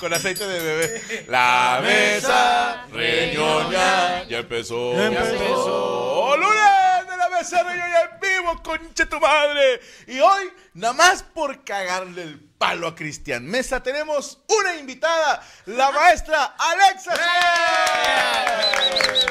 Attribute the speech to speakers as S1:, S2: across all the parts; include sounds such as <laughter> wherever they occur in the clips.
S1: Con aceite de bebé. <laughs> La mesa reñoña ya empezó. Ya empezó. ¡Lunes de la mesa reñoña en vivo, concha tu madre! Y hoy, nada más por cagarle el palo a Cristian Mesa, tenemos una invitada, la maestra Alexa. Sáenz.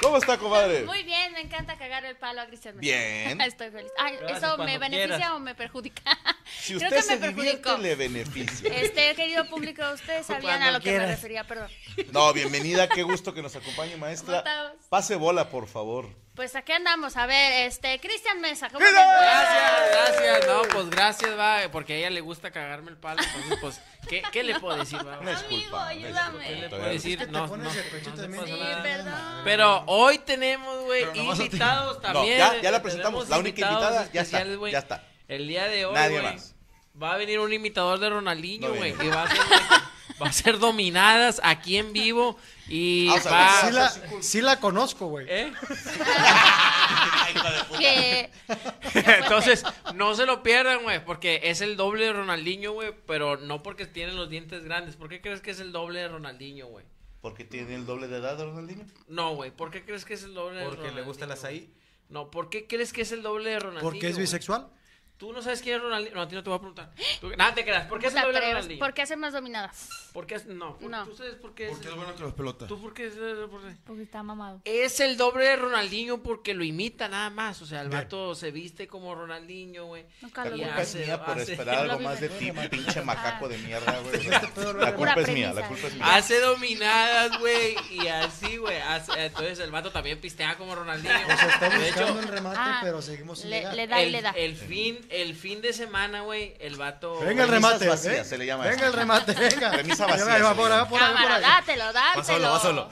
S1: ¿Cómo está, comadre?
S2: Muy bien, me encanta cagar el palo a Cristian Mesa.
S1: Bien.
S2: <laughs> Estoy feliz. Ay, ¿Eso me
S3: cuando
S2: beneficia
S3: quieras.
S2: o me perjudica?
S1: <laughs> Si
S2: Creo
S1: usted
S2: que
S1: se
S2: me
S1: divierte,
S2: perjudicó.
S1: le beneficia.
S2: Este, querido público,
S3: <laughs>
S2: ustedes sabían a
S3: Cuando
S2: lo que
S3: quieras.
S2: me refería, perdón.
S1: No, bienvenida, qué gusto que nos acompañe, maestra.
S2: ¿Cómo estás?
S1: Pase bola, por favor.
S2: Pues aquí andamos, a ver, este, Cristian Mesa, ¿cómo
S1: ¡Cristian!
S2: te encuentras?
S3: Gracias, gracias. No, pues gracias, va, porque a ella le gusta cagarme el palo. Entonces, pues, ¿qué, qué le puedo decir, va?
S1: Una
S3: ¿Qué
S1: disculpa. una
S2: ayúdame.
S1: disculpa,
S3: le
S1: todavía
S3: puedo
S1: no-
S3: decir? No, no, no se pasa
S2: Sí,
S3: nada.
S2: perdón.
S3: Pero hoy tenemos, güey,
S4: Pero nomás a ti.
S3: invitados también.
S1: ya- ya la
S3: Tenemos
S1: presentamos, la única
S3: invitados
S1: invitada, ya está,
S3: especiales, güey.
S1: ya está.
S3: El día de hoy,
S1: Nadie
S3: güey,
S1: más.
S3: va a venir un imitador de Ronaldinho,
S1: No
S3: güey, que
S1: viene.
S3: va a ser, va a ser dominadas aquí en vivo y
S1: Vamos a ver,
S3: va...
S4: Sí la, sí la conozco, güey.
S3: ¿Eh? <laughs>
S2: Que... <laughs>
S3: Entonces, no se lo pierdan, güey, porque es el doble de Ronaldinho, güey, pero no porque tiene los dientes grandes. ¿Por qué crees que es el doble de Ronaldinho, güey?
S1: Porque tiene el doble de edad, Ronaldinho.
S3: No, güey, ¿por qué crees que es el doble de
S5: Porque le gusta el
S3: Ronaldinho,
S5: azaí.
S3: güey? No, ¿por qué crees que es el doble de Ronaldinho?
S4: Porque es
S3: güey?
S4: bisexual.
S3: Tú no sabes quién es Ronaldinho. No, a ti no te voy a preguntar. Tú- Nada, te creas. ¿Por qué es el
S2: Puta,
S3: doble de
S2: pero,
S3: Ronaldinho?
S2: ¿Por qué hacen más dominadas?
S3: ¿Por qué es- No, por-
S2: No.
S3: tú sabes por qué es.
S5: Porque es bueno que los pelotas.
S3: ¿Tú por qué es.? por qué?
S6: Porque está mamado.
S3: Es el doble de Ronaldinho porque lo imita nada más. O sea, el
S4: Bien.
S3: vato se viste como Ronaldinho, güey.
S2: Nunca lo vi.
S3: Y
S1: La culpa es
S3: hace-
S1: mía por
S3: hace- <laughs>
S1: esperar algo más de ti, pinche macaco de mierda, güey. O sea, La
S2: Pura
S1: culpa es mía, la
S2: premisa.
S1: culpa es mía.
S3: Hace dominadas, güey, y así, güey. hace- Entonces el vato también pistea como Ronaldinho.
S4: O sea, está
S3: de hecho,
S4: buscando el remate,
S2: Ah,
S4: pero seguimos sin
S2: Le,
S4: llegar.
S2: le da y
S3: el,
S2: le da.
S3: el fin, el fin de semana, güey, el vato.
S4: Venga el
S1: Premisas
S4: remate. ¿eh?
S1: vacías, se le llama
S4: venga
S1: eso.
S4: el remate, venga.
S1: Premisa
S4: Ahí va,
S1: vacía,
S4: ahí va, por ahí,
S1: se le llama.
S4: por ahí, por
S2: Cámara,
S4: ahí.
S2: dátelo, dátelo.
S5: Va solo, va solo.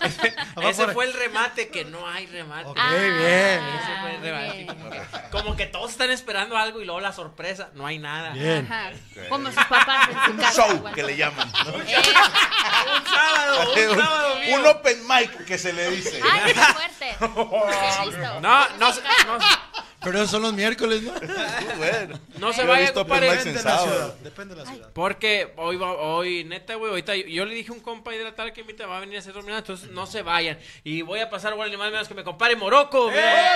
S4: Va
S3: Ese
S4: por ahí.
S3: fue el remate que no hay remate.
S4: Ok, bien.
S3: Ese fue el remate.
S2: Ah, bien.
S3: Como que, como que todos están esperando algo y luego la sorpresa, no hay nada.
S4: Bien.
S2: Ajá. Como sus papás en su
S1: Un
S2: casa,
S1: show
S2: güey.
S1: que le llaman. ¿no?
S2: Eh, <laughs>
S3: Un
S4: <laughs>
S3: sábado, un sábado,
S1: <laughs> Un,
S3: mío.
S1: un open mic que se le dice.
S2: ¡Ay, qué fuerte! Qué listo.
S3: No, no, se- no,
S5: Pero esos son los miércoles, ¿no?
S1: Muy bueno.
S3: no se
S1: Yo he
S3: vaya a
S1: visto
S3: ocupar
S1: open
S3: el-
S4: Depende de
S1: mics en
S4: la
S1: sábado.
S4: ciudad. Depende de la ciudad.
S3: Porque hoy, va, hoy neta, güey, ahorita yo, yo le dije a un compa ahí de la tarde que invita, va a venir a hacer dominadas, entonces no se vayan. Y voy a pasar, bueno, ni más ni menos que me compare Morocco. güey.
S5: ¡Eh,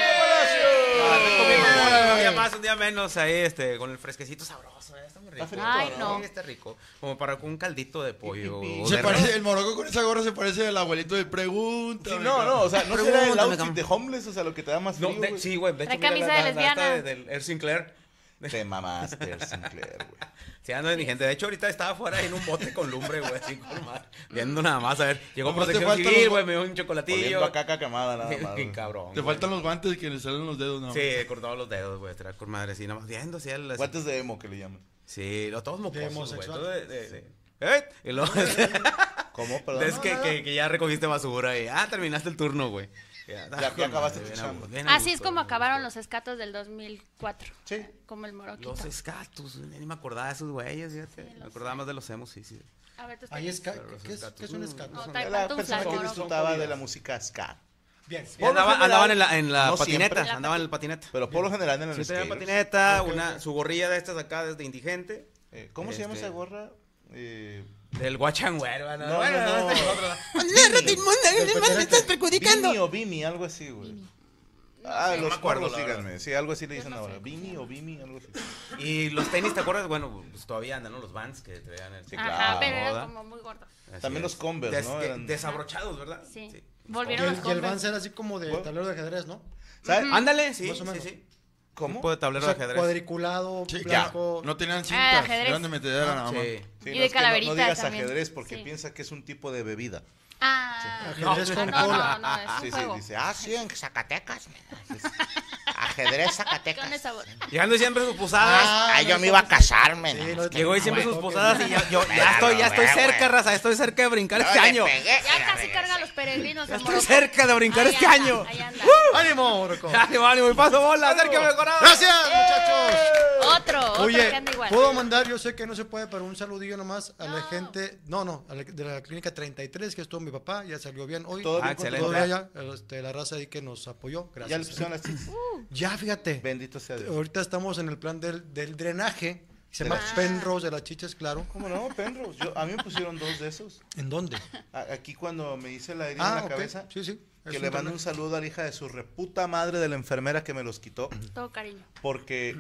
S5: Ah, te comimos una, un día
S6: Pues.
S5: más, un día menos ahí, este, con el fresquecito sabroso, eh, está muy rico.
S1: frito,
S2: Ay, ¿no? no.
S5: Sí, está rico. Como para un caldito de pollo. o
S1: Se
S5: de
S1: parece-
S5: res.
S1: el
S4: moroco con esa gorra se parece al abuelito de pregunta.
S1: Sí, no, no, o sea, no será el
S5: Pregúntame,
S1: outfit
S5: cabrón.
S1: de homeless, o sea, lo que te da más
S5: No,
S1: frío.
S5: de-
S1: güey.
S5: sí, güey, de
S2: Trae
S5: hecho, mira,
S2: camisa
S5: la-
S2: de
S5: la- la
S2: lesbiana.
S5: esta del Air Sinclair.
S1: Te mamaste, el Sinclair, güey.
S5: Sí, ando de gente. De hecho, ahorita estaba afuera en un bote con lumbre, güey, así con mar. Viendo nada más, a ver. Llegó
S4: Nomás te
S5: protección
S4: faltan los
S5: civil,
S4: bo-
S5: güey, me dio un chocolatillo.
S1: Oliendo a caca quemada nada más.
S5: Qué
S1: güey.
S5: cabrón.
S4: Te
S5: güey.
S4: faltan los guantes que le salen los dedos, ¿no?
S5: Sí, cortado los dedos, güey, estará con madre, sí, nada más viendo, sí, al- así,
S1: Guantes de emo que le llaman.
S5: Sí, lo todos
S4: De
S5: mocosos, güey.
S4: homosexual.
S5: todo de- de- ¿Eh? Y luego, es
S1: ¿Cómo? Perdón.
S5: que, que, que ya recogiste basura y ah, terminaste el turno, güey. Ya, <laughs>
S1: Ya, ya acabaste tu
S5: bien a
S1: chamba.
S5: gusto, bien a
S2: Así es
S5: gusto.
S2: como acabaron los escatos del 2004.
S1: Sí.
S2: Como el moroquito.
S5: Los escatos, güey, ni me acordaba de esos güeyes, fíjate. me acordaba más de los emos, sí, sí.
S2: A ver, tú
S6: Ahí
S2: estás-
S6: es, ca-
S5: Pero los
S6: ¿qué, es,
S5: escatos.
S6: qué es un
S5: Mm,
S6: escato?
S2: no,
S6: O sea,
S2: tal-
S1: La
S2: tal-
S1: persona
S2: tal-
S1: que
S2: tal-
S1: disfrutaba
S2: tal-
S1: de la música ska.
S6: Bien.
S5: Y andaban, andaban en la, en la
S1: No
S5: patineta,
S1: siempre.
S5: andaban en la patineta.
S1: Pero por lo general en
S5: Sí,
S1: los
S5: tenía
S1: skaters.
S5: patineta, una, su gorrilla de estas acá, de indigente.
S1: Eh, ¿Cómo se llama
S5: Este.
S1: esa gorra? Eh,
S5: Del guachangüero, ¿no?
S1: No,
S5: Bueno,
S1: no, no.
S5: este es otro, ¿no?
S6: me estás
S1: perjudicando. Vini o Vimi, algo así, güey. Ah,
S5: No
S1: los
S5: me acuerdo,
S1: acuerdos,
S5: la verdad.
S1: díganme. Sí, algo así le dicen
S2: no sé
S1: ahora.
S2: cómo
S1: Vini o Vimi, algo así.
S5: Y los tenis, ¿te acuerdas? Bueno, pues todavía andan, ¿no? Los vans que traían el
S1: Sí,
S2: Ajá,
S1: claro.
S2: pero era
S5: Moda.
S2: como muy gordo.
S5: Así
S1: También los Converse, ¿no?
S5: Des- que-
S1: Eran-
S5: Desabrochados, ¿verdad?
S2: Sí.
S5: Los
S6: Y
S2: Volvieron
S5: Converse.
S6: el,
S2: los
S6: y el
S2: Converse.
S6: Vance era así como de
S1: Bueno.
S6: tablero de ajedrez, ¿no?
S1: ¿Sabes?
S5: Ándale, sí,
S6: Más o
S5: sí,
S6: menos.
S5: sí.
S1: ¿Cómo?
S5: Tipo de
S6: O
S5: tablero
S6: sea,
S5: de ajedrez.
S6: cuadriculado,
S4: Sí, ya.
S6: blanco.
S4: No tenían
S2: Ah,
S4: cintas.
S2: ajedrez.
S4: eran de metedera nada más.
S5: Sí.
S1: Sí,
S2: Y
S1: no,
S2: de
S1: es que no- No,
S2: calaveritas
S1: digas
S2: también.
S1: ajedrez porque
S2: Sí.
S1: piensa que es un tipo de bebida.
S2: Ah,
S6: Ajedrez con
S2: no,
S6: cola.
S2: no, no, es un
S1: Sí, sí,
S2: juego.
S1: dice, ah, sí, en Zacatecas.
S5: Ah,
S1: mira, es Ajedrez
S2: Con el
S1: Zacatecas.
S2: sabor.
S5: Llegando siempre a sus posadas.
S1: Ah, yo me iba a casarme.
S6: Sí,
S1: ¿no?
S6: lo de
S5: Llegó y siempre
S6: tablero
S5: sus
S6: de
S5: posadas y
S6: ajedrez.
S5: yo, yo
S1: Me
S5: ya
S1: la
S5: estoy, ya
S1: robé,
S5: estoy
S1: güey.
S5: cerca, raza, estoy cerca de brincar
S1: No
S5: este
S1: le
S5: año.
S1: pegué,
S2: Ya
S1: la
S2: casi
S1: regresé.
S2: carga a los peregrinos. el
S5: Estoy
S2: moroco.
S5: cerca de brincar
S2: Ahí
S5: este
S2: anda,
S5: año. <laughs>
S2: Ahí anda. <laughs>
S6: ¡Ánimo, Rocco!
S5: Ánimo, ánimo, y paso bola, acérqueme al corazón.
S6: ¡Gracias, muchachos!
S2: Otro, otro
S6: Oye,
S2: que anda igual.
S6: puedo mandar, yo sé que no se puede, pero un saludillo nomás a la
S2: No.
S6: gente, no, no, a la- de la clínica 33 que estuvo mi papá, ya salió bien hoy.
S1: Todo
S5: Ah,
S1: bien con
S5: excelente.
S1: todo.
S6: Todavía ya, este, la raza ahí que nos apoyó,
S1: Ya le
S6: gracias.
S1: pusieron las chichis.
S6: Ya, fíjate,
S1: Bendito sea Dios.
S6: ahorita estamos en el plan del, del drenaje, se
S1: De
S6: llama
S1: las-
S2: Ah.
S6: Penrose de las chichas, claro.
S1: ¿Cómo no, Penrose? Yo- a mí me pusieron dos de esos.
S6: ¿En dónde?
S1: A- aquí cuando me hice la herida en
S6: Ah,
S1: la
S6: ok,
S1: cabeza,
S6: sí, sí. es
S1: que
S6: un
S1: le mando un
S6: drenaje.
S1: saludo a la hija de su reputa madre de la enfermera que me los quitó,
S2: Todo cariño.
S1: porque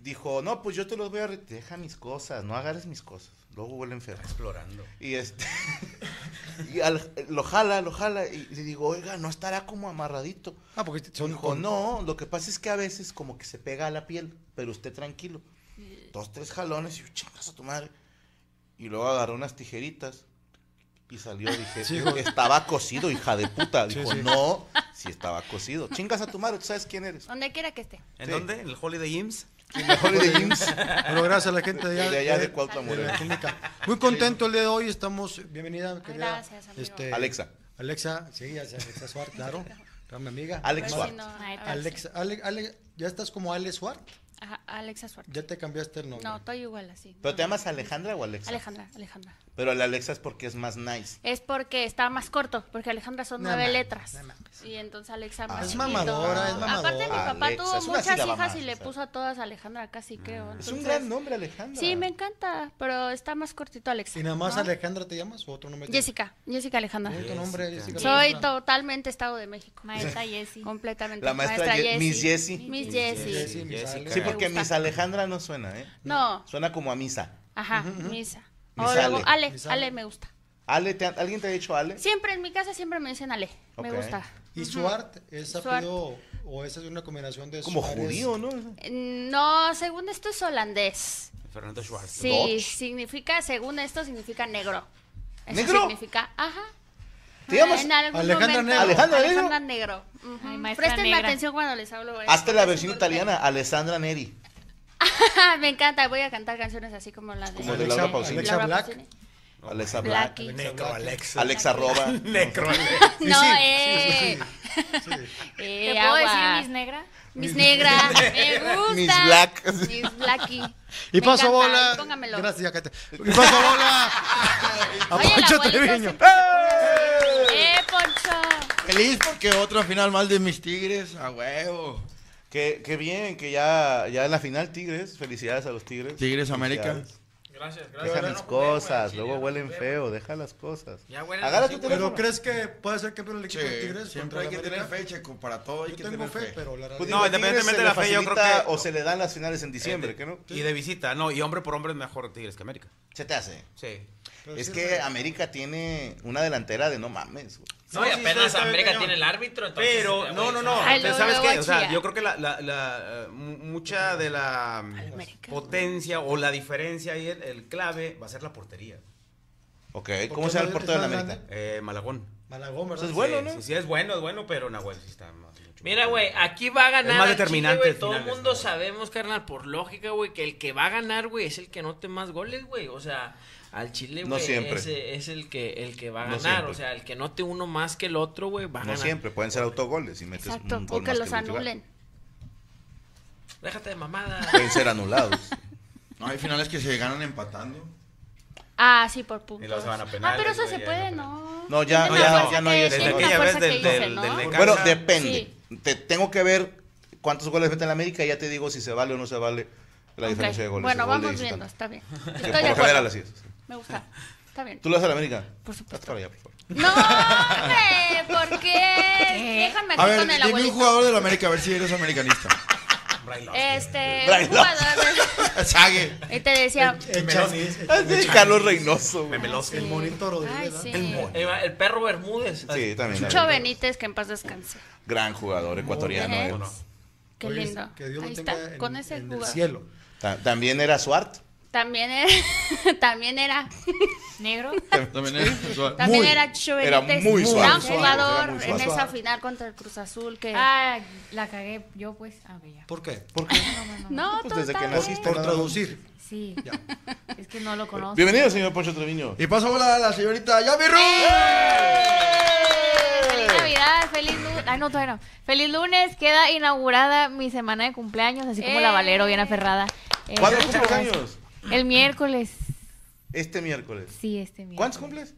S1: dijo, no, pues yo te los voy a... re- Deja mis cosas, no agarres mis cosas. Luego huele enfermo.
S5: Explorando.
S1: Y este... <laughs> y al- lo jala, lo jala, y le digo, oiga, ¿no estará como amarradito?
S6: Ah, porque son
S1: Dijo, no, lo que pasa es que a veces como que se pega a la piel, pero usted tranquilo. Dos, tres jalones y chingas a tu madre. Y luego agarró unas tijeritas y salió. Dije,
S6: Sí, hijo.
S1: estaba cocido, hija de puta.
S6: Sí,
S1: Dijo,
S6: sí.
S1: no, si estaba cocido. Chingas a tu madre, tú sabes quién eres.
S2: Donde quiera que esté.
S5: ¿En
S1: Sí.
S5: dónde? ¿En el Holiday Inns?
S1: Mejor de James.
S6: Pero gracias a la gente de allá
S1: De allá de Cuautla,
S6: de
S1: Morelos.
S6: la clínica. Muy contento el día de hoy, estamos, bienvenida, querida. este,
S2: gracias, amigo.
S1: Alexa.
S6: Alexa, sí, ya sé, Alexa Suárez, claro. era mi amiga.
S2: A ver
S1: Alex
S2: si
S1: Suárez.
S2: Pues no- a ver si-
S6: Alexa, Ale, Ale- ya estás como Alex Suárez,
S2: Ajá, Alexa Suárez.
S6: ya te cambiaste el nombre.
S2: No, estoy igual así.
S1: ¿Pero te llamas Alejandra o Alexa?
S2: Alejandra, Alejandra.
S1: Pero la Alexa es porque es más nice.
S2: Es porque está más corto, porque Alejandra son
S6: No
S2: nueve
S6: mames,
S2: letras.
S6: no
S2: y entonces Alexa más
S6: es
S2: chiquito.
S6: mamadora,
S2: Aparte
S6: es
S2: mi
S6: mamadora.
S2: papá
S1: Alexa, es
S2: tuvo
S1: una
S2: muchas
S1: sílaba
S2: hijas
S1: más,
S2: y le
S1: o sea.
S2: puso a todas Alejandra casi, creo.
S1: Es un
S2: entonces-
S1: gran nombre, Alejandra.
S2: Sí, me encanta, pero está más cortito Alexa.
S6: ¿Y nada más
S2: ¿no?
S6: Alejandra te llamas o otro nombre? te-
S2: Jessica, Jessica Alejandra.
S6: ¿Cómo es tu nombre, Jessica?
S2: Soy
S6: Alejandra?
S2: totalmente Estado de México.
S7: Maestra Jessie.
S2: Completamente.
S1: La maestra Ye- Miss Jessie.
S2: Miss
S6: Jessie.
S2: Jessie.
S6: sí, mis Alex.
S1: Sí,
S6: Me
S1: porque
S2: gusta.
S1: Miss Alejandra no suena, ¿eh?
S2: No,
S1: Suena como a misa.
S2: ajá, Misa. O
S1: Miss
S2: luego
S1: Ale.
S2: Ale,
S6: Miss Ale.
S2: Ale me gusta.
S1: Ale, ¿te ha- ¿alguien te ha dicho Ale?
S2: Siempre en mi casa siempre me dicen Ale, me
S1: Ok.
S2: gusta.
S6: ¿Y Suárez es
S2: Suárez.
S6: apellido o esa es una combinación de
S1: Como
S6: Suárez?
S1: judío,
S2: Ah,
S1: ¿no?
S2: Eh, No, según esto es holandés.
S5: Fernando Schwarz.
S2: Sí,
S1: Dutch.
S2: significa, según esto, significa negro. Eso
S1: ¿Negro?
S2: significa, ajá.
S1: ¿Te llamas?
S2: En algún
S6: Alejandra
S2: momento-
S6: Negro.
S1: ¿Alejandra
S2: Alejandra Negro. Ujú.
S7: Ay, maestra
S2: Presten
S7: negra.
S2: atención cuando les hablo. eh. de
S1: Hazte
S2: eso,
S1: la
S2: es
S1: versión
S2: importante. <laughs>
S1: italiana, Alessandra Neri.
S2: Ah, me encanta, voy a cantar canciones así como la de,
S1: Como de
S6: Alexa-
S1: Laura Pausini.
S6: Alexa
S2: Laura
S6: Black.
S2: Pausini.
S1: Alessa Black.
S2: Blacky.
S5: Alexa.
S1: Alexa Roba.
S5: <laughs> Necro
S2: No,
S6: Sí, sí,
S2: eh.
S7: ¿Te
S2: Eh,
S7: puedo decir
S2: agua.
S7: mis negra?
S2: Mis Negra. Me gusta.
S1: Mis Black.
S2: <laughs> Mis Blacky.
S6: Y
S2: Me
S6: paso
S2: encanta,
S6: bola.
S2: Póngamelo.
S6: Gracias, Cate. Y paso bola. A
S2: Oye, el
S6: Poncho
S2: abuelito
S6: Treviño.
S2: siempre se pone- ¡Eh,
S1: Este
S2: Poncho!
S4: Feliz porque otra final mal de mis tigres, a huevo.
S1: Qué, qué bien, que ya, ya en la final Tigres. Felicidades a los Tigres.
S4: Tigres América.
S1: Felicidades.
S3: Gracias, gracias.
S1: Deja mis cosas, luego huelen feo, deja las cosas.
S3: Ya huelen
S1: Agarra
S3: así,
S1: tu
S3: güey.
S1: teléfono.
S6: Pero crees que puede ser campeón el equipo de Tigres
S4: siempre hay que
S6: contra el
S4: tener
S6: América?
S4: fe, Checo, para todo hay
S6: Yo
S4: que
S6: tengo
S4: tener
S6: fe, pero la realidad.
S1: Pues digo,
S5: No,
S1: a Tigres
S5: independientemente
S1: se
S5: de
S1: le
S5: la fe, yo creo
S1: facilita
S5: que-
S1: O se le dan las finales en
S6: Eh,
S1: diciembre, ¿qué no?
S5: Y de visita, no, y hombre por hombre es mejor Tigres que América.
S1: Se te hace.
S5: Sí.
S6: Pero
S1: es
S6: sí,
S1: que
S6: pero-
S1: América tiene una delantera de no mames. güey.
S3: No, y
S5: sí,
S3: apenas
S5: está bien
S3: América
S5: cañón.
S3: tiene el árbitro, entonces.
S5: Pero,
S3: eh,
S5: no,
S3: güey,
S5: no, no.
S2: Ay,
S5: pero
S2: luego,
S5: ¿Sabes
S2: luego
S5: qué? O sea,
S2: chía.
S5: yo creo que la, la, la, eh, mu- mucha de la mm,
S2: América.
S5: potencia o la diferencia y el, el clave va a ser la portería.
S1: Ok, ¿cómo se llama el
S6: no-
S1: portero de la
S6: no-
S1: América?
S5: Eh, Malagón.
S6: Malagón, ¿verdad?
S1: Eso es bueno, ¿no?
S5: Sí, sí, es bueno, es bueno, pero Nahuel sí está más. mucho
S3: Mira,
S5: mejor.
S3: güey, aquí va a ganar.
S5: más
S3: al Chile,
S5: determinante
S3: güey.
S5: el
S3: Todo el
S5: final de
S3: mundo
S5: esta, güey.
S3: sabemos, carnal, por lógica, güey, que el que va a ganar, güey, es el que anote más goles, güey. O sea, al Chile,
S1: No
S3: güey,
S1: siempre.
S3: ese es el que, el que va a
S1: No
S3: ganar.
S1: siempre.
S3: o sea, el que note uno más que el otro, güey, va a
S1: No
S3: ganar.
S1: siempre, pueden ser autogoles y metes
S2: Exacto.
S1: un gol
S2: O que
S1: más
S2: los
S1: el rival.
S2: anulen.
S3: Déjate de mamada.
S1: Pueden
S2: <laughs>
S1: ser anulados.
S4: No, hay finales que se ganan empatando.
S2: Ah, sí, por puntos.
S5: Y los van a
S2: ah,
S5: penales,
S2: pero eso
S5: güey,
S2: se
S5: ya
S2: puede,
S5: no
S2: no.
S1: No, ya-
S2: Tiene
S1: ya-
S2: una fuerza
S1: ya no hay
S2: que-
S1: eso.
S2: tiene
S5: Desde
S2: una
S5: aquella
S2: fuerza
S5: vez
S2: que
S5: del,
S2: dice,
S5: del,
S2: ¿no?
S5: del Necaxa.
S1: bueno, depende.
S2: Sí.
S1: Te tengo que ver cuántos goles mete en la América y ya te digo si se vale o no se vale la
S2: Ok.
S1: diferencia de goles.
S2: Bueno,
S1: El gol de
S2: vamos
S1: visitante.
S2: viendo, está bien.
S1: Sí,
S2: Estoy
S1: por
S2: de
S1: lo general
S2: acuerdo.
S1: así es.
S2: Me gusta. Está bien.
S1: ¿Tú le vas a la América?
S2: Por supuesto.
S1: Haz para allá, por favor.
S2: <laughs> No, hombre, ¿por qué? Déjame
S4: A
S2: aquí
S4: ver,
S2: con el
S4: dime un
S2: abuelito.
S4: jugador del América, a ver si eres
S1: <laughs>
S4: americanista.
S3: ah.
S2: Este, un
S1: Brian <laughs>
S2: jugador.
S4: Sague.
S2: de- Y te decía,
S6: El Chanis, el-
S4: Ah,
S1: Carlos Reynoso. güey.
S5: Memelos.
S6: el monitor
S2: ay,
S6: Rodríguez. ¿verdad?
S2: sí.
S3: Ahí va, el perro Bermúdez.
S1: Sí, también. la
S2: Chucho
S1: verdad.
S2: Benítez, que en paz descanse.
S1: Gran jugador
S5: Ah,
S1: ecuatoriano.
S2: Muy
S1: eh.
S2: bien. Qué
S6: Oye,
S2: lindo.
S6: Que Dios
S2: Ahí
S6: lo tenga
S2: está,
S6: en,
S2: con ese
S6: en el
S2: jugador.
S6: cielo.
S1: Ta- También era Suart.
S2: También era, <laughs> también era,
S7: Negro.
S4: También es sexual.
S2: también
S1: Muy,
S2: era Chucho
S1: era
S2: Benítez,
S1: muy suave,
S2: gran
S1: suave,
S2: jugador
S1: era muy
S2: en
S1: suave.
S2: esa final contra el Cruz Azul que
S7: Ah, la cagué yo, pues. Ah, ok, ya.
S6: ¿Por qué?
S1: ¿Por qué?
S2: no
S1: Pues
S2: todo
S1: desde
S2: está
S1: que
S2: bien.
S1: naciste.
S6: Por
S1: nada
S6: traducir.
S7: Sí. Es que no lo conozco.
S1: Bienvenido, señor Poncho Treviño.
S4: Y paso bola a la señorita Yami Ruiz.
S7: Feliz Navidad, feliz lunes. Ay, no, todavía no. Feliz lunes. Queda inaugurada mi semana de cumpleaños, así como la
S2: ¡Eh!
S7: Valero, bien aferrada. Eh,
S1: ¿Cuándo
S7: muchas
S1: cumples
S7: gracias.
S1: años?
S7: El miércoles.
S1: Este miércoles.
S7: Sí, este miércoles.
S1: ¿Cuántos cumples?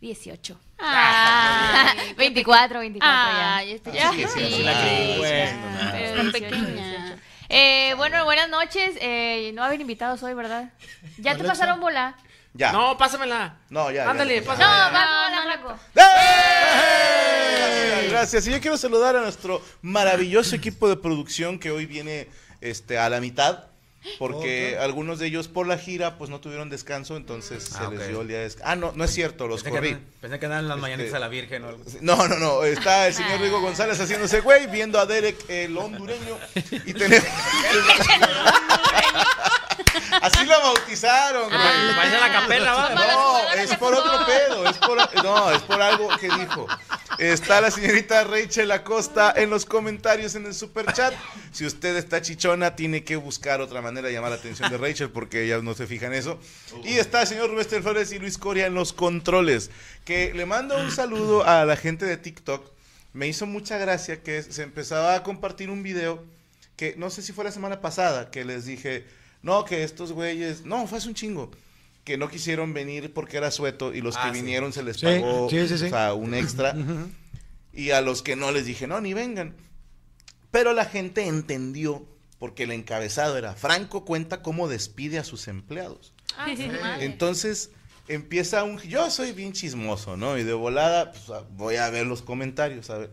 S7: 18. Ah, 24, 24 ya.
S2: Ay, este ya.
S1: Sí, sí,
S2: Sí,
S1: sí,
S2: ya.
S1: sí,
S2: Está
S7: Pero
S2: Está
S7: 18,
S2: pequeña.
S7: 18. Eh, bueno, buenas noches. Eh, no va a haber invitados hoy, ¿verdad? ¿Ya te
S6: Alexa.
S7: pasaron bola?
S1: Ya.
S3: No, pásamela.
S1: No, ya, ya.
S3: Ándale,
S1: Ya.
S7: No,
S3: pásamela.
S7: va bola, flaco.
S1: ¡Eh! Gracias. Y yo quiero saludar a nuestro maravilloso equipo de producción que hoy viene este, a la mitad. Porque
S6: Ok.
S1: algunos de ellos por la gira pues no tuvieron descanso, entonces
S5: Ah,
S1: se les
S5: ok.
S1: dio el día de descanso. Ah, no, no es cierto, los
S5: Pensé que,
S1: corrí.
S5: eran- pensé que eran las mañanitas
S1: Este-
S5: a la Virgen o algo.
S1: No, no, no, está el señor Rigo González haciéndose güey, viendo a Derek el hondureño
S5: <laughs>
S1: y tenemos... <laughs> Así lo bautizaron, güey.
S3: Ah, Parece la capela, va.
S2: Para los
S1: No,
S2: jugadores
S1: es
S2: de
S1: por otro
S2: fútbol.
S1: pedo, es por, no, es por algo que dijo. Está la señorita Rachel Acosta en los comentarios en el super chat. Si usted está chichona, tiene que buscar otra manera de llamar la atención de Rachel porque ellas no se fijan en eso. Y está el señor Rubén Flores y Luis Coria en los controles. Que le mando un saludo a la gente de TikTok. Me hizo mucha gracia que se empezaba a compartir un video que no sé si fue la semana pasada que les dije, no, que estos güeyes, no, fue hace un chingo, que no quisieron venir porque era sueto y los
S5: Ah,
S1: que
S5: sí.
S1: vinieron se les
S6: Sí,
S1: pagó
S6: sí, sí, sí.
S1: o sea, un extra y a los que no les dije, no, ni vengan. Pero la gente entendió porque el encabezado era, Franco cuenta cómo despide a sus empleados.
S2: Ah, su madre.
S1: Entonces empieza un. Yo soy bien chismoso, ¿no? Y de volada pues, a- voy a ver los comentarios. A ver.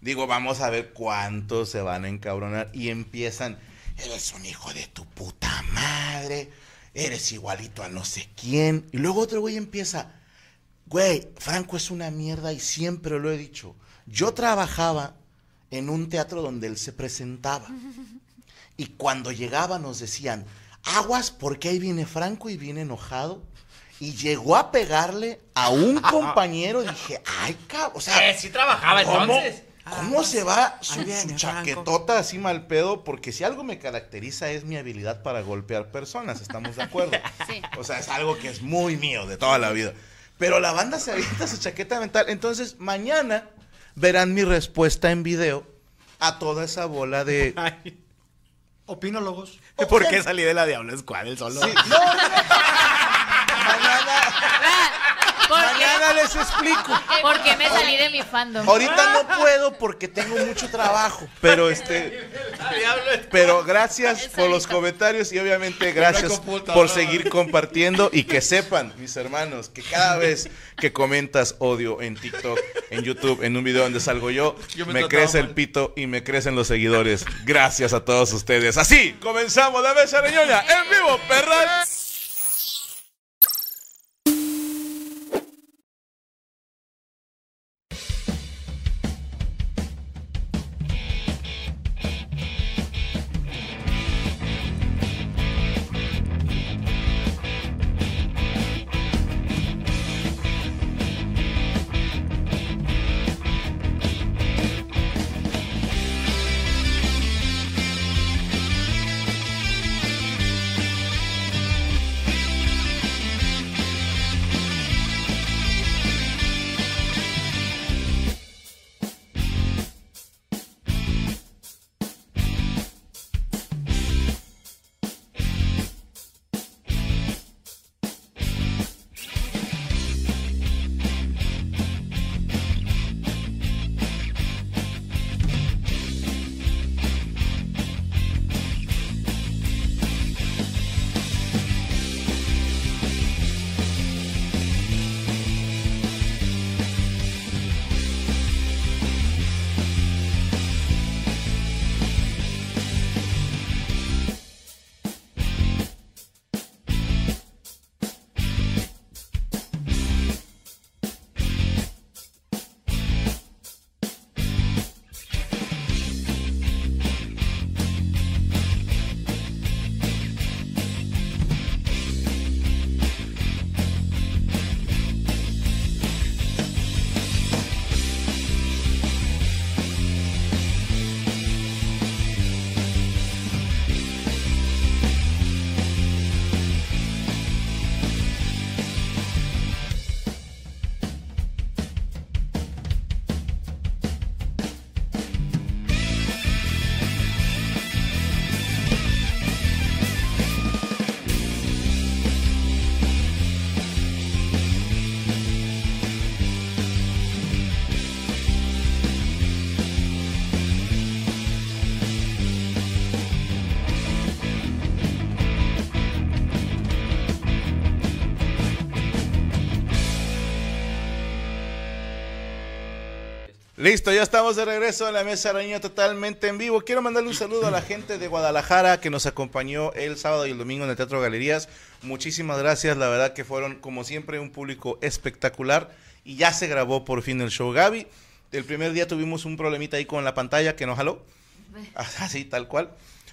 S1: Digo, vamos a ver cuántos se van a encabronar. Y empiezan. Eres un hijo de tu puta madre. Eres igualito a no sé quién. Y luego otro güey empieza. Güey, Franco es una mierda y siempre lo he dicho. Yo trabajaba en un teatro donde él
S3: <laughs>
S1: se presentaba. Y cuando llegaba nos decían, aguas porque ahí viene Franco y viene enojado. Y llegó a pegarle
S3: <laughs>
S1: a un compañero. Dije, ay, cabrón. O sea,
S3: Eh, sí
S5: Ah,
S3: trabajaba
S1: ¿cómo,
S3: entonces.
S1: cómo se va su,
S5: Ahí viene
S1: su
S5: Franco.
S1: chaquetota así mal pedo? Porque si algo me caracteriza es mi habilidad para golpear personas, estamos de acuerdo.
S2: Sí.
S1: O sea, es algo que es muy mío de toda la vida. Pero la banda se avienta su chaqueta mental. Entonces, mañana verán mi respuesta en video a toda esa bola de
S5: <laughs> Ay,
S6: Opinólogos.
S5: ¿Por qué salí de la Diablo Squad el solo?
S1: Sí, no, no. mañana, mañana les explico.
S2: Ah,
S7: Porque me salí de mi fandom.
S1: Ahorita no puedo porque tengo mucho trabajo, pero este, pero gracias por los comentarios y obviamente gracias por seguir compartiendo y que sepan, mis hermanos, que cada vez que comentas odio en TikTok, en YouTube, en un video donde salgo yo,
S4: Yo me
S1: me
S4: trataba
S1: crece el
S4: mal.
S1: pito y me crecen los seguidores. Gracias a todos ustedes. Así comenzamos la mesa reñoña en vivo, perras. Listo, ya estamos de regreso a la mesa araña totalmente en vivo. Quiero mandarle un saludo a la gente de Guadalajara que nos acompañó el sábado y el domingo en el Teatro Galerías. Muchísimas gracias, la verdad que fueron como siempre un público espectacular y ya se grabó por fin el show Gaby. El primer día tuvimos un problemita ahí con la pantalla que nos jaló. Así, tal cual.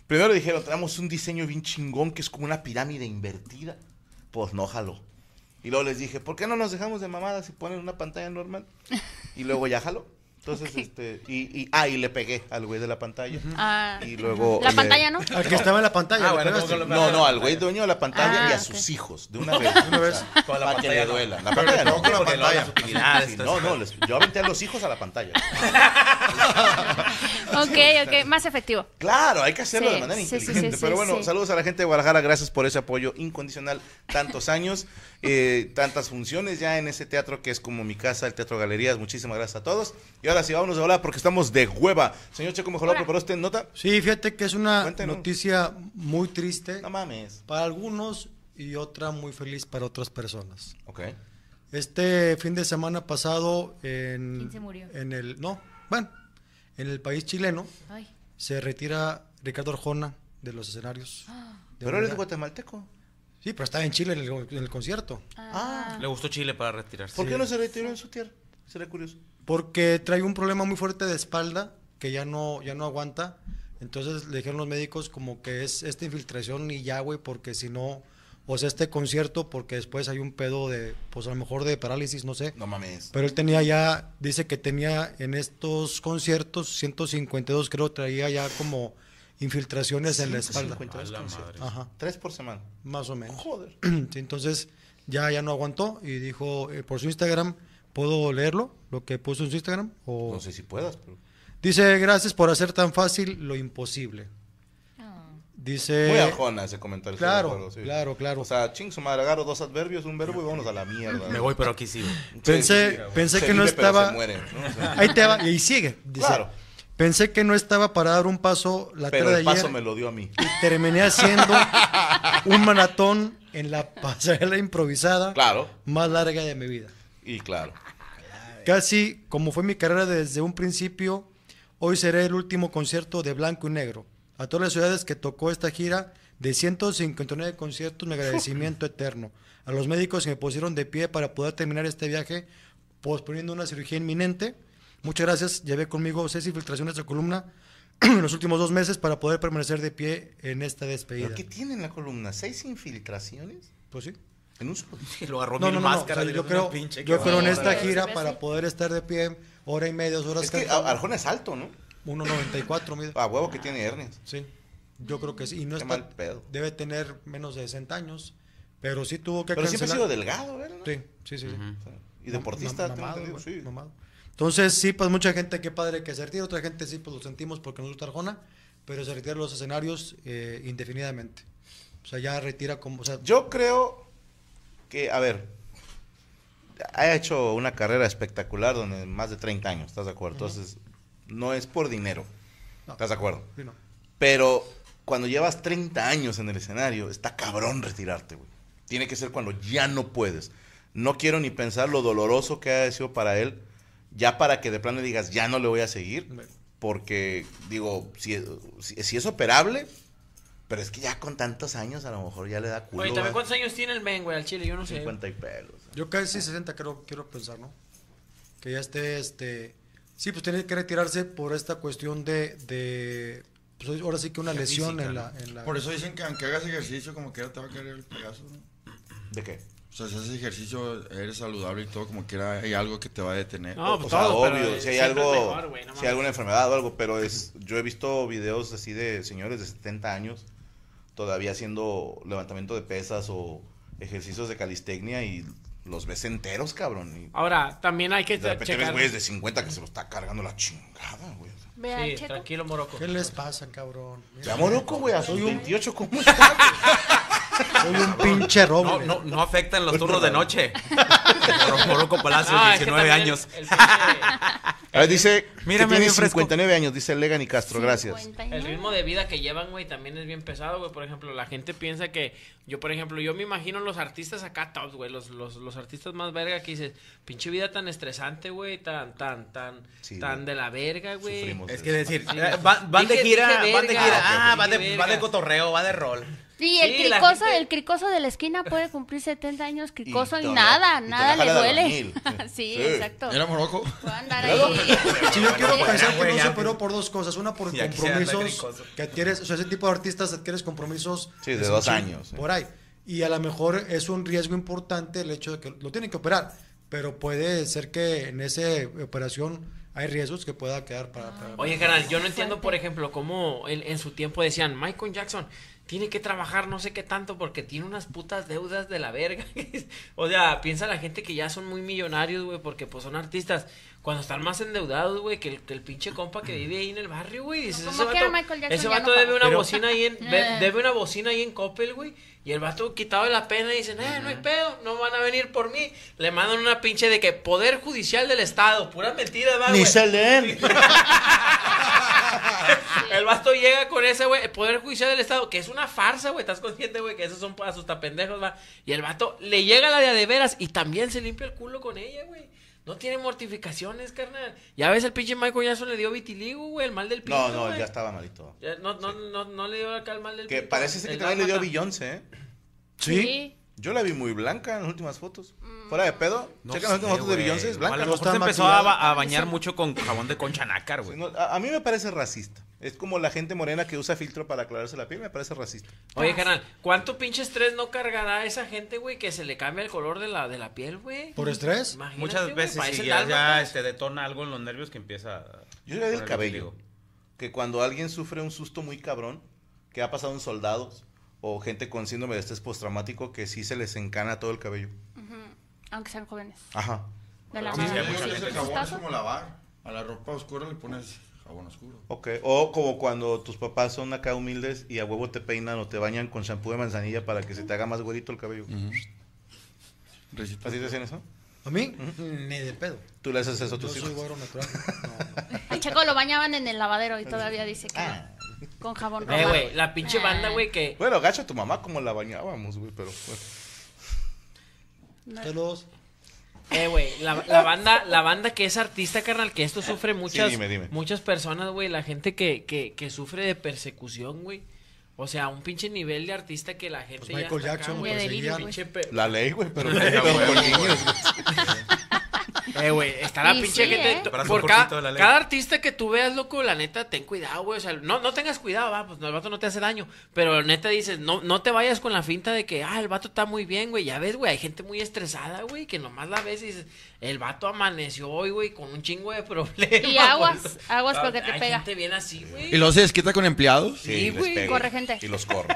S1: Primero dijeron, tenemos un diseño bien chingón que es como una pirámide invertida. Pues no jaló. Y luego les dije, ¿por qué no nos dejamos de mamadas y ponen una pantalla normal? Y luego ya jaló. Entonces, este, y, y, ah, y le pegué al güey de la pantalla.
S2: Ah.
S1: Y luego. eh,
S2: La
S1: le-
S2: pantalla, ¿no?
S6: Al que estaba en la pantalla.
S1: Ah,
S6: ¿le
S1: bueno,
S6: pegaste?
S1: no, no, al güey dueño de la pantalla
S2: Ah,
S1: y a
S2: ok.
S1: sus hijos, de una vez.
S6: Una vez.
S1: Con la para que le duela. La
S6: Pero
S1: pantalla
S6: le pegó
S1: no,
S6: con la
S1: porque luego
S6: pantalla.
S1: las utilidades,
S5: Así,
S1: No, no, les- yo aventé a los hijos a la pantalla.
S2: Ok, ok, más efectivo.
S1: Claro, hay que hacerlo
S2: Sí,
S1: de manera
S2: sí, sí, sí,
S1: inteligente.
S2: sí,
S1: Pero bueno,
S2: sí.
S1: saludos a la gente de Guadalajara, gracias por ese apoyo incondicional, tantos años, eh, tantas funciones ya en ese teatro que es como mi casa, el Teatro Galerías. Muchísimas gracias a todos. Y ahora sí, vámonos a hablar porque estamos de hueva. Señor Checo Mejorado, ¿preparó usted nota?
S6: Sí, fíjate que es una
S1: Cuéntenos.
S6: noticia muy triste
S1: No mames.
S6: para algunos y otra muy feliz para otras personas.
S1: Ok.
S6: Este fin de semana pasado en,
S7: ¿Quién se murió?
S6: en el no, bueno, en el país chileno
S7: Ay.
S6: se retira Ricardo Arjona de los
S7: <gasps>
S6: escenarios. De
S1: Pero eres
S6: manera-
S1: guatemalteco.
S6: Sí, pero estaba en Chile en el, en el concierto.
S1: Ah.
S5: Le gustó Chile para retirarse.
S1: ¿Por qué no se retiró en su tierra? Será curioso.
S6: Porque trae un problema muy fuerte de espalda que ya no, ya no aguanta. Entonces le dijeron los médicos como que es esta infiltración y ya, güey, porque si no, o sea, este concierto, porque después hay un pedo de, pues a lo mejor de parálisis, no sé.
S1: No mames.
S6: Pero él tenía ya, dice que tenía en estos conciertos, 152 creo, traía ya como infiltraciones en la espalda.
S1: 152 conciertos.
S6: Ajá,
S1: Tres por semana.
S6: más o menos. <clears throat>
S1: Joder.
S6: Sí, entonces ya, ya no aguantó y dijo eh, por su Instagram, ¿puedo leerlo? Lo que puso en su Instagram. O...
S1: No sé si puedas, pero.
S6: Dice, gracias por hacer tan fácil lo imposible. Dice...
S1: Muy arjona ese comentario. estoy de
S6: Eh, claro,
S1: acuerdo, sí.
S6: claro, claro.
S1: O sea, ching su madre, agarro dos adverbios, un verbo y vámonos a la mierda.
S5: Me voy, pero aquí sigo.
S6: Pensé- pensé que no estaba-
S1: Pero se muere, ¿no? O sea,
S6: <laughs> Ahí te va, y sigue. Dice,
S1: Claro.
S6: pensé que no estaba para dar un paso la
S1: pero
S6: tarde
S1: el
S6: de
S1: paso
S6: ayer.
S1: me lo dio a mí.
S6: y terminé haciendo un maratón en la pasarela improvisada
S1: Claro.
S6: más larga de mi vida.
S1: Y claro.
S6: Casi como fue mi carrera desde un principio, hoy será el último concierto de Blanco y Negro. A todas las ciudades que tocó esta gira de 159 conciertos, mi agradecimiento eterno. A los médicos que me pusieron de pie para poder terminar este viaje, posponiendo una cirugía inminente. Muchas gracias. Llevé conmigo seis infiltraciones de columna <clears throat> en los últimos dos meses para poder permanecer de pie en esta despedida.
S1: ¿Pero qué tiene en la columna? ¿Seis infiltraciones?
S6: Pues sí.
S1: En un solo.
S5: Y lo agarró
S6: No,
S5: mil
S6: no, no, no,
S5: máscaras.
S6: o sea,
S5: y le
S6: yo
S5: dio
S6: creo,
S5: una pinche
S6: yo creo en
S5: que-
S6: esta gira
S7: Sí.
S6: para poder estar de pie hora y media, dos horas.
S1: Es que
S6: cantando.
S1: a- Arjona es alto, ¿no?
S6: 1.94 mide.
S1: A huevo que tiene hernias.
S6: Sí, yo creo que sí. Y no
S1: Ah. Qué
S6: está,
S1: mal pedo.
S6: debe tener menos de 60 años, pero sí tuvo que
S1: Pero siempre ha sido
S6: cancelar.
S1: delgado, ¿verdad? ¿no?
S6: Sí, sí, sí.
S1: O sea, Y deportista,
S6: Mam-
S1: tengo
S6: mamado,
S1: entendido,
S6: güey,
S1: sí.
S6: mamado. Entonces, sí, pues mucha gente, qué padre que se retire. Otra gente, sí, pues lo sentimos porque nos gusta Arjona, pero se retira de los escenarios eh, indefinidamente. O sea, ya retira como. O sea,
S1: Yo creo que, a ver, ha hecho una carrera espectacular donde más de 30 años, ¿estás de acuerdo? Entonces, no es por dinero,
S6: No.
S1: ¿estás de acuerdo?
S6: sí, no.
S1: Pero cuando llevas 30 años en el escenario, está cabrón retirarte, güey. Tiene que ser cuando ya no puedes. No quiero ni pensar lo doloroso que ha sido para él, ya para que de plano digas, ya no le voy a seguir, porque, digo, si, si, si es operable, pero es que ya con tantos años a lo mejor ya le da culo. eh.
S3: Oye, también
S1: ¿verdad?
S3: cuántos años tiene el men, güey, al chile, yo no sé.
S1: 50 y pelos.
S6: Yo casi 60 creo, quiero pensar, ¿no? Que ya esté, este... Sí, pues tiene que retirarse por esta cuestión de... de pues ahora sí que una lesión en, la, en la-
S4: Por eso dicen que aunque hagas ejercicio, como quiera te va a caer el pedazo. ¿no?
S1: ¿De qué?
S4: O sea, si haces ejercicio, eres saludable y todo, como quiera, hay algo que te va a detener.
S3: No,
S1: O
S3: pues
S1: sea,
S3: todo, pero
S1: obvio, si hay
S3: siempre
S1: algo,
S3: es mejor, güey, no
S1: si hay
S3: mames.
S1: alguna enfermedad o algo, pero es, yo he visto videos así de señores de 70 años todavía haciendo levantamiento de pesas o ejercicios de calistecnia y los ves enteros, cabrón. Y
S3: Ahora, también hay que
S1: de repente ves
S3: checar.
S1: güeyes de 50 que se lo está cargando la chingada, güey.
S7: Vea,
S3: Sí,
S7: Checo.
S3: tranquilo, Moroco.
S6: ¿Qué les pasa, cabrón?
S1: Ya moroco, güey, a sus 28, ¿cómo está?
S6: Soy un pinche
S5: No,
S6: roble.
S5: no, no afectan los turnos de noche. Moroco Palacios,
S3: Ah, es que
S5: 19
S3: también el-
S5: años.
S3: el pinche-
S1: A ver, dice
S5: Mírame
S1: que tiene
S5: bien fresco.
S1: 59 años, dice Legan y Castro. Gracias.
S3: El ritmo de vida que llevan, güey, también es bien pesado, güey. Por ejemplo, la gente piensa que. Yo, por ejemplo, yo me imagino los artistas acá tops, güey. Los, los, los artistas más verga que dices, pinche vida tan estresante, güey. Tan, tan, tan, tan de la verga, güey.
S5: Es que decir,
S3: Sí.
S5: eh, van, van de
S3: Dije-
S5: gira,
S3: dije
S5: van de
S3: verga.
S5: gira. Ah,
S3: Ok,
S5: va
S3: ok.
S5: de, va de cotorreo, va de rol.
S2: Sí, el
S3: Sí, la
S2: cricoso, el cricoso de la esquina puede cumplir 70 años cricoso y,
S4: Y
S2: nada,
S4: todavía- y
S2: nada le
S4: todavía jala de
S2: duele. <laughs> sí, exacto.
S4: Era moroco.
S2: Andar ahí.
S6: Si yo quiero pensar que
S4: güey,
S6: no
S4: ya,
S6: se operó por dos cosas. Una por
S4: Ya quisiera andar
S6: compromisos que adquieres, o sea, ese tipo de artistas adquieres compromisos.
S1: Sí, de
S6: es
S1: dos
S6: un chin-
S1: años, sí.
S6: Por ahí. Y a lo mejor es un riesgo importante el hecho de que lo tienen que operar, pero puede ser que en esa operación hay riesgos que pueda quedar para... para-
S3: Oye, carnal, yo no entiendo, por ejemplo, cómo en, en su tiempo decían, Michael Jackson tiene que trabajar no sé qué tanto porque tiene unas putas deudas de la verga. <laughs> o sea, piensa la gente que ya son muy millonarios, güey, porque pues son artistas. Cuando están más endeudados, güey, que el, que el pinche compa que vive ahí en el barrio, güey. dices,
S2: como
S3: "Ese
S2: quiera
S3: vato-
S2: Michael Jackson
S3: Ese
S2: ya no
S3: vato debe
S2: paga".
S3: una
S2: Pero-
S3: bocina ahí en,
S2: <laughs> Eh.
S3: ve- debe una bocina ahí en Coppel, güey. Y el vato quitado de la pena dicen, eh, no hay pedo, no van a venir por mí. Le mandan una pinche de que poder judicial del Estado, pura mentira, va, Ah,
S1: Ni
S3: güey. <laughs>
S1: se leen.
S3: El vato llega con ese, güey, el Poder Judicial del Estado, que es una farsa, güey, estás consciente, güey, que esos son asustapendejos, va. Y el vato le llega la de a de veras y también se limpia el culo con ella, güey. No tiene mortificaciones, carnal. Ya ves, el pinche Michael Jackson le dio vitiligo, güey, el mal del pinto,
S1: No, no,
S3: güey.
S1: ya estaba malito.
S3: Ya, No, no, no, no le dio acá el mal del
S1: Que
S3: pinto,
S1: parece ser
S3: el
S1: que también le dio a
S3: dálmata.
S1: Beyoncé, ¿eh?
S3: Sí. Sí.
S1: Yo la vi muy blanca en las últimas fotos. Fuera de pedo.
S5: No
S1: Checa las
S5: sé,
S1: últimas fotos de
S5: güey.
S1: Beyoncé, es blanca.
S5: A lo mejor se empezó a, ba- a bañar mucho con jabón de concha nácar, güey.
S1: No, a, a mí me parece racista. Es como la gente morena que usa filtro para aclararse la piel, me parece racista.
S3: Oye, carnal, ¿cuánto pinche estrés no cargará esa gente, güey, que se le cambia el color de la, de la piel, güey?
S6: ¿Por estrés?
S3: Imagínate,
S5: Muchas
S3: güey,
S5: veces
S3: parece
S5: sí,
S3: el
S5: ya,
S3: dálmata.
S5: ya, este, detona algo en los nervios que empieza. a-
S1: Yo le del
S5: poner
S1: cabello. Que cuando alguien sufre un susto muy cabrón, que ha pasado en soldados o gente con síndrome de estrés postraumático, que sí se les encana todo el cabello.
S2: Ujú, Aunque sean jóvenes.
S1: Ajá.
S2: De la
S4: Sí,
S2: mano.
S4: sí, hay mucha
S2: Sí,
S4: gente.
S2: sí,
S4: El jabón es
S2: ¿sustazo?
S4: como lavar. A la ropa oscura le pones jabón oscuro.
S1: Ok, o como cuando tus papás son acá humildes y a huevo te peinan o te bañan con shampoo de manzanilla para que se te haga más güerito el cabello. ¿Así te hacen eso?
S6: ¿A mí? Ni de pedo.
S1: ¿Tú le haces eso a tus
S6: Yo
S1: hijos?
S6: soy güero
S1: <laughs>
S6: natural.
S2: Al Checo lo bañaban en el lavadero y todavía dice que con jabón
S1: Ah. Eh,
S2: rojo.
S3: güey, la pinche banda, güey, que...
S1: Bueno, gacho, tu mamá como la bañábamos, güey, pero... bueno.
S6: Saludos.
S3: Eh, güey, la, la banda, la banda que es artista, carnal, que esto sufre muchas,
S1: dime, dime.
S3: muchas personas, güey, la gente que, que, que sufre de persecución, güey. O sea, un pinche nivel de artista que la gente ya
S6: pues Michael
S3: está acá,
S6: Jackson lo
S3: güey,
S6: perseguían.
S3: pinche pe-
S1: La ley, güey, pero...
S3: <laughs> La ley,
S1: pero con
S3: güey.
S1: niños,
S3: Eh, güey, está la
S1: Y
S3: pinche
S1: sí,
S3: gente.
S1: ¿eh? Para su
S3: Por
S1: cuerpito
S3: cada,
S1: de la ley.
S3: cada artista que tú veas, loco, la neta, ten cuidado, güey. O sea, no, no tengas cuidado, va, pues no, el vato no te hace daño. Pero neta dices, no, no te vayas con la finta de que, ah, el vato está muy bien, güey. Ya ves, güey, hay gente muy estresada, güey, que nomás la ves y dices, el vato amaneció hoy, güey, con un chingo de problemas.
S2: Y aguas,
S3: por eso.
S2: aguas
S3: Ah,
S2: porque te
S3: hay
S2: pega.
S3: gente bien así, güey.
S4: ¿Y luego se desquita con empleados?
S1: Sí, les
S3: güey,
S1: pego
S3: corre
S2: gente.
S1: Y los corro.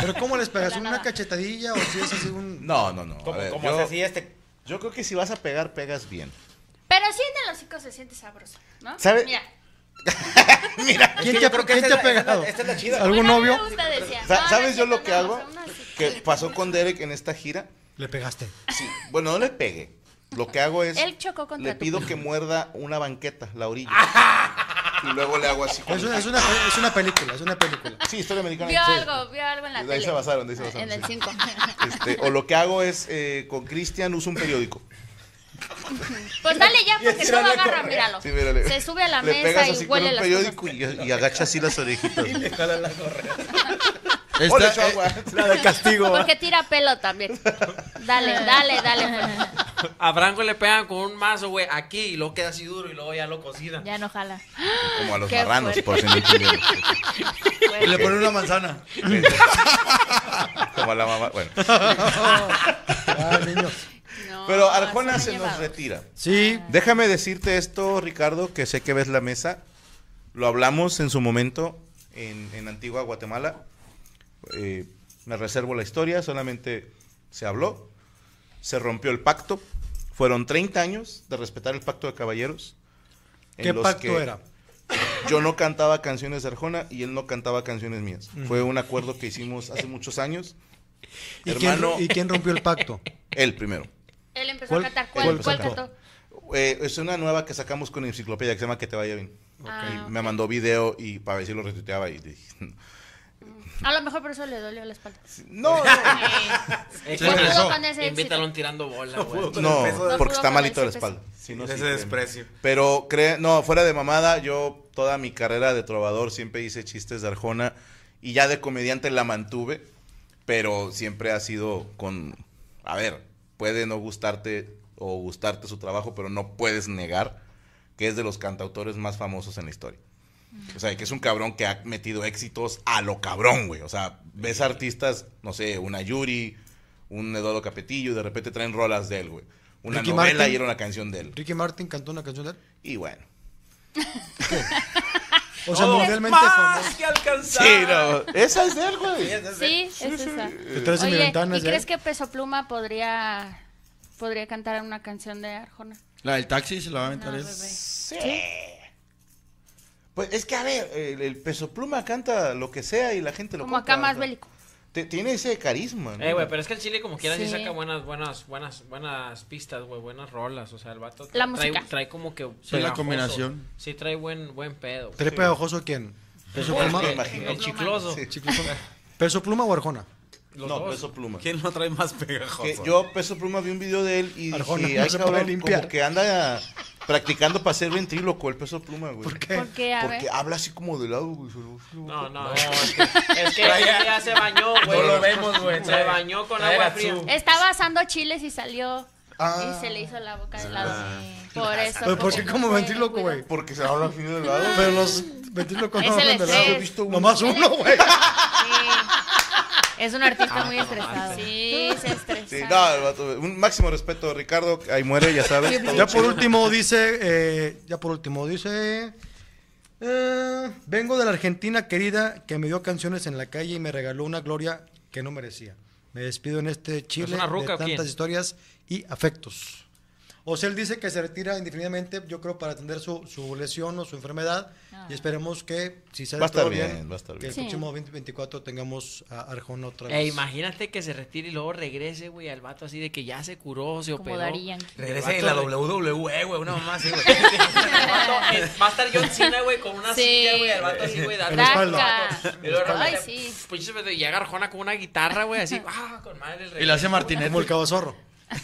S6: ¿Pero cómo les pegas? ¿Una cachetadilla o si es así un...?
S1: No, no, no.
S6: ¿Cómo-
S1: a ver,
S6: cómo
S1: yo,
S6: se
S1: Yo creo que si vas a pegar, pegas bien. <laughs>
S2: Pero sí en el hocico se siente sabroso, ¿no?
S1: ¿Sabe?
S2: Mira.
S1: Mira,
S6: ¿Quién te, ha- quién te ha pegado? ¿Algún novio?
S1: Sa- ¿Sabes yo lo que hago? Que pasó con Derek en esta gira.
S6: Le pegaste.
S1: Sí. Bueno, no le pegué. Lo que hago es.
S2: Él chocó contra
S1: Le
S2: tu
S1: pido
S2: culo.
S1: que muerda una banqueta,
S6: <laughs>
S1: la orilla. y luego le hago así. con-
S6: Es una, es, una, es una película, es una
S1: <laughs>
S6: película.
S1: Sí, historia americana.
S2: Vio
S1: Sí.
S2: algo, vio algo en la
S1: De ahí
S2: tele.
S1: se basaron, de ahí se basaron,
S2: En el
S1: sí. <laughs>
S2: 5.
S1: Este, o lo que hago es eh, con Cristian uso un periódico.
S2: Pues dale ya, porque no lo
S1: tirarle a
S2: agarra,
S1: correr.
S2: míralo.
S1: Sí, mírale.
S2: Se sube a la
S1: Le pegas
S2: mesa y
S1: así con
S2: huele
S1: un
S2: las
S1: periódico y, y agacha así las orejitas. y le jalan la correa.
S4: Esta-
S6: Eh,
S1: la de
S2: cosas. Porque tira pelo
S1: <laughs>
S2: también. Dale, dale, dale. pues.
S3: A Franco le pegan con un mazo, güey, aquí y luego queda así duro y luego ya lo cocinan.
S8: Ya no jala.
S1: Como a los
S8: Qué
S1: marranos, por si
S8: fuerte.
S1: no entendieron.
S6: ¿eh?
S4: Le ponen una manzana.
S1: <laughs> Como a la mamá. Bueno.
S6: Ah,
S2: No,
S1: Pero Arjona
S2: son
S1: se nos
S2: llevados.
S1: retira.
S6: Sí.
S1: Déjame decirte esto, Ricardo, que sé que ves la mesa. Lo hablamos en su momento en, en Antigua Guatemala. Eh, me reservo la historia, solamente se habló. Se rompió el pacto. Fueron 30 años de respetar el pacto de caballeros. en
S6: ¿Qué
S1: los
S6: pacto
S1: que
S6: era?
S1: Yo no cantaba canciones de Arjona y él no cantaba canciones mías.
S6: Ujú.
S1: Fue un acuerdo que hicimos hace muchos años.
S6: ¿Y quién, ¿Y quién rompió el pacto?
S1: Él primero.
S2: Él empezó
S6: ¿Cuál-
S2: a cantar.
S1: cuál
S2: ¿Cuál, cuál
S1: cantó?
S2: cantó?
S1: Eh, es una nueva que sacamos con enciclopedia que se llama Que te vaya bien.
S2: Ah,
S1: Y
S2: ok.
S1: me mandó video y para ver si lo retuiteaba y dije,
S2: A lo mejor por eso le dolió la espalda. Eh,
S1: No, <laughs>
S2: no.
S1: Sí, empezó.
S2: con ese éxito.
S3: Eh, Invítalo a un tirando bola,
S1: No,
S3: güey.
S1: porque está
S2: con ese
S1: malito de la
S2: peso.
S1: espalda. Si no,
S5: Ese
S1: créeme.
S5: desprecio.
S1: Pero, crea- no, fuera de mamada, yo toda mi carrera de trovador siempre hice chistes de Arjona y ya de comediante la mantuve, pero siempre ha sido con, a ver, puede no gustarte o gustarte su trabajo, pero no puedes negar que es de los cantautores más famosos en la historia. O sea, que es un cabrón que ha metido éxitos a lo cabrón, güey. O sea, ves artistas, no sé, una Yuri, un Eduardo Capetillo, y de repente traen rolas de él, güey. Una
S6: Ricky
S1: novela
S6: Martin.
S1: y era una canción de él.
S6: Ricky Martin cantó una canción de él.
S1: Y bueno.
S6: O sea,
S1: Todo.
S6: mundialmente famoso.
S3: que alcanzar.
S1: Sí, no. Esa es de él, güey.
S2: Sí, es esa.
S6: Te traes en mi
S2: Oye,
S6: ventana,
S2: ¿y
S6: ya.
S2: crees que Peso Pluma podría, podría cantar una canción de Arjona?
S4: La del taxi se la va a aventar.
S2: No,
S4: es-
S2: bebé.
S1: Pues es que, a ver, el, el peso pluma canta lo que sea y la gente lo
S2: Como
S1: compra,
S2: acá más
S1: o sea,
S2: bélico.
S1: te- tiene ese carisma, ¿no?
S3: Eh, güey, pero es que el Chile como quiera sí,
S2: Sí.
S3: saca buenas, buenas, buenas, buenas pistas, güey, buenas rolas. O sea, el vato
S2: La
S3: trae,
S2: música.
S3: trae como que.
S4: Sí, la
S3: pegajoso.
S4: combinación.
S3: Sí, trae buen, buen pedo. güey.
S6: ¿Tres pegajoso quién? ¿Peso
S3: Pues,
S6: pluma?
S3: eh, El chicloso.
S6: ¿Peso pluma o Arjona?
S3: Los
S1: no,
S3: dos.
S1: peso pluma.
S5: ¿Quién lo trae más
S1: Que
S5: pegajoso?
S1: yo, peso pluma, vi un video de él y
S6: Arjona,
S1: dije,
S6: no
S1: ay,
S6: se
S1: cabrón,
S6: puede limpiar.
S1: como que anda practicando para ser ventríloco el peso pluma, güey. ¿Por
S6: qué?
S2: ¿Por qué? A
S1: Porque
S2: ver.
S1: habla así como de lado, güey.
S3: No, no, no, es que, es que ese día se bañó, güey.
S5: No lo vemos, güey.
S3: Se bañó con
S5: Trae
S3: agua
S5: gatsú.
S3: fría.
S2: Estaba asando chiles y salió
S1: Ah.
S2: y se le hizo la boca de lado. Por eso.
S6: Pues, ¿Por qué
S2: no
S6: como
S2: puede,
S6: ventríloco,
S2: cuida.
S6: güey?
S1: Porque se habla así de lado.
S6: Pero los ventrílocos
S9: Es
S6: no
S9: el
S6: hablan de
S9: estrés.
S6: lado.
S9: He
S1: visto uno.
S6: Nomás uno, güey.
S9: Es un artista muy estresado.
S2: Sí, se estresó.
S1: Sí, no, el vato, un máximo respeto, Ricardo, ahí muere, ya sabes.
S6: Pues, Ya por último dice, eh, ya por último dice, eh, vengo de la Argentina querida que me dio canciones en la calle y me regaló una gloria que no merecía. Me despido en este Chile
S3: una ruca
S6: de
S3: o quién?
S6: tantas historias y afectos. O sea, él dice que se retira indefinidamente, yo creo, para atender su, su lesión o su enfermedad. Y esperemos que, si sale
S1: Va a estar
S6: todo
S1: bien, va a estar
S6: que el
S1: bien.
S6: próximo 2024 tengamos a Arjona otra vez.
S3: Eh, imagínate que se retire y luego regrese, güey, al vato así de que ya se curó, se
S9: Como
S3: operó.
S9: Daddy Yankee.
S5: Regrese en la WWE, güey, una
S3: <laughs>
S5: mamá así, güey.
S3: El vato, eh, va a estar John Cena, güey, con una
S2: Sí.
S3: silla, güey, al vato así, güey, dando.
S6: En la espalda.
S2: Rasca.
S3: Y luego,
S2: Ay,
S3: le-
S2: sí.
S3: pues, yo se me- y Arjona con una guitarra, güey,
S2: <laughs>
S3: así, ah, con madre el rey.
S4: Y la hace Martínez.
S6: Como el cabazorro.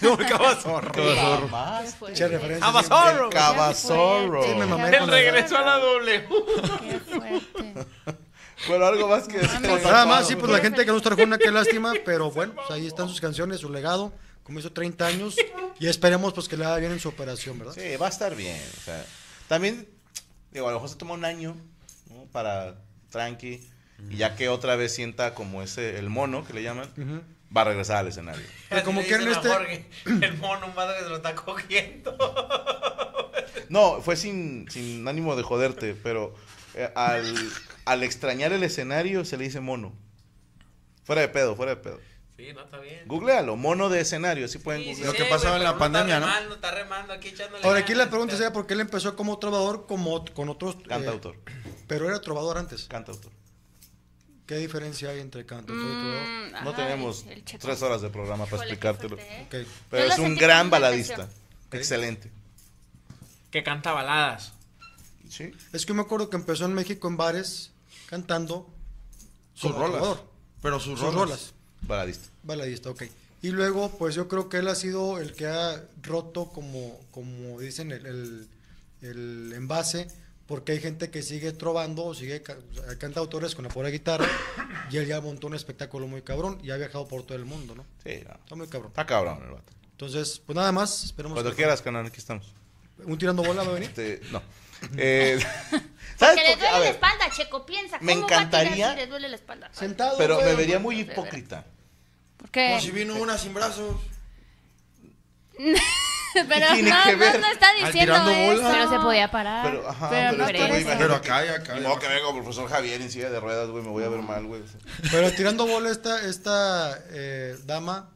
S5: No, el cabazorro.
S1: Jamás.
S2: Fue-
S6: Che, referencia
S5: Cabazorro.
S1: El cabazorro.
S6: Sí, me mamé
S2: Qué
S6: con la-
S2: regreso a la
S3: doble.
S2: Qué fuerte.
S1: Bueno, algo más que decir.
S2: mames.
S6: Nada más, sí, pues la gente que no está Arjona, qué <laughs> lástima, pero bueno, pues ahí están sus canciones, su legado, como hizo 30 años, y esperemos pues que le haga bien en su operación, ¿verdad?
S1: Sí, va a estar bien. o sea, también, digo, a lo mejor se toma un año ¿no? para tranqui. Y ya que otra vez sienta como ese, el mono que le llaman, va a regresar al escenario.
S6: Pero como
S3: que
S6: quieren este,
S3: El mono, madre, se lo está cogiendo.
S1: No, fue sin, sin ánimo de joderte, pero eh, al, al extrañar el escenario se le dice mono. Fuera de pedo, fuera de pedo.
S3: Sí, no está bien.
S1: Googlealo, mono de escenario, así pueden googlear.
S4: Lo que pasaba en la pandemia, ¿no?
S3: ¿no? Está remando aquí echándole
S6: ahora aquí la
S3: ganas,
S6: pregunta
S3: pero-
S6: sería por qué él empezó como trovador como con otros... eh,
S1: Cantautor,
S6: pero era trovador antes.
S1: cantautor.
S6: ¿Qué diferencia hay entre cantautor y trovador?
S2: Mm,
S1: No
S2: ay,
S1: tenemos
S2: el checo.
S1: tres horas de programa para
S2: Híjole, qué
S1: explicártelo.
S2: fuerte, ¿eh?
S6: Ok.
S1: Pero
S2: Yo lo
S1: es un
S2: sentí
S1: gran
S2: como una
S1: baladista.
S2: canción.
S1: Excelente.
S3: Que canta baladas.
S1: Sí.
S6: Es que me acuerdo que empezó en México en bares cantando
S4: Sus
S6: como
S4: rolas.
S6: trovador,
S4: Pero sus,
S6: sus rolas.
S1: Baladista.
S6: Baladista, ok. Y luego, pues yo creo que él ha sido el que ha roto, como, como dicen, el, el- el envase, porque hay gente que sigue trovando, o sigue ca- o sea, canta autores con la pura guitarra, y él ya montó un espectáculo muy cabrón y ha viajado por todo el mundo, ¿no?
S1: Sí, no.
S6: Está muy cabrón.
S1: Está cabrón el vato.
S6: Entonces, pues nada más, esperemos.
S1: Cuando
S6: que-
S1: quieras, canal, aquí estamos.
S6: ¿Un tirando bola va a venir?
S1: Este, no.
S6: <laughs>
S1: Eh, <laughs>
S2: Porque le
S1: ¿Sabes por qué? A
S2: duele la
S1: ver,
S2: espalda, Checo, piensa.
S1: me
S2: ¿cómo va a tirar
S1: encantaría-
S2: si le duele la espalda?
S6: Sentado.
S1: pero
S6: güey.
S1: me vería muy hipócrita.
S2: ¿Por qué?
S4: Si vino una sin brazos.
S2: <laughs> Pero
S1: tiene
S2: no,
S1: que
S2: no,
S1: ver?
S2: no está diciendo
S4: tirando
S2: eso.
S4: bola.
S9: Pero se podía
S2: Ah,
S9: parar.
S1: Pero, ajá,
S9: Pero no
S1: este
S9: por eso.
S1: güey, imagínate
S4: Pero
S1: que-
S4: acá y acá.
S1: Ni modo que venga como el profesor Javier en silla de ruedas, güey, me voy a ver mal, güey. Pues
S6: Pero tirando bola, esta, esta eh, dama,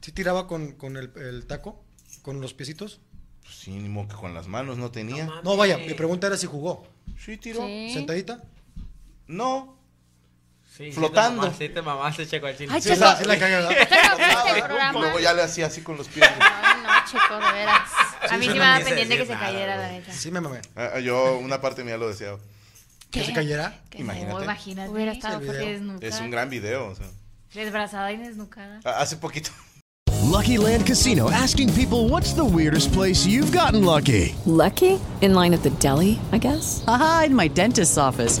S6: ¿sí tiraba con, con el, el taco? ¿Con los piecitos?
S1: Pues sí, ni modo que con las manos no tenía.
S3: mames.
S6: No, vaya, mi pregunta era si jugó.
S1: sí, tiró.
S2: Sí.
S6: ¿Sentadita?
S1: No.
S3: Sí,
S1: Flotando. Ah,
S3: Sí, te mamaste, sí te mamaste, checo al chile.
S2: Ay,
S6: Sí,
S2: Checo. <laughs>
S6: la, sí la cagué, ¿verdad?
S2: Pero este
S1: Luego
S2: programa.
S1: ya le hacía así con los pies. güey.
S2: Ay, no, Checo, de veras.
S7: A mí sí me daba pendiente que se cayera, la neta.
S6: Sí, me mamé.
S1: Ah,
S10: yo, una parte mía lo deseaba.
S6: ¿Que se cayera?
S7: No,
S10: Imagínate.
S7: imagínate. Hubiera estado
S10: El
S7: fuerte
S10: video.
S7: desnucada.
S2: Ah.
S10: Es un gran video. o sea.
S7: Desbrazada y desnucada.
S10: Ah, Hace poquito.
S11: Lucky Land Casino asking people what's the weirdest place you've gotten lucky?
S12: Lucky? In line at the deli, I guess? Aha, in my dentist's office.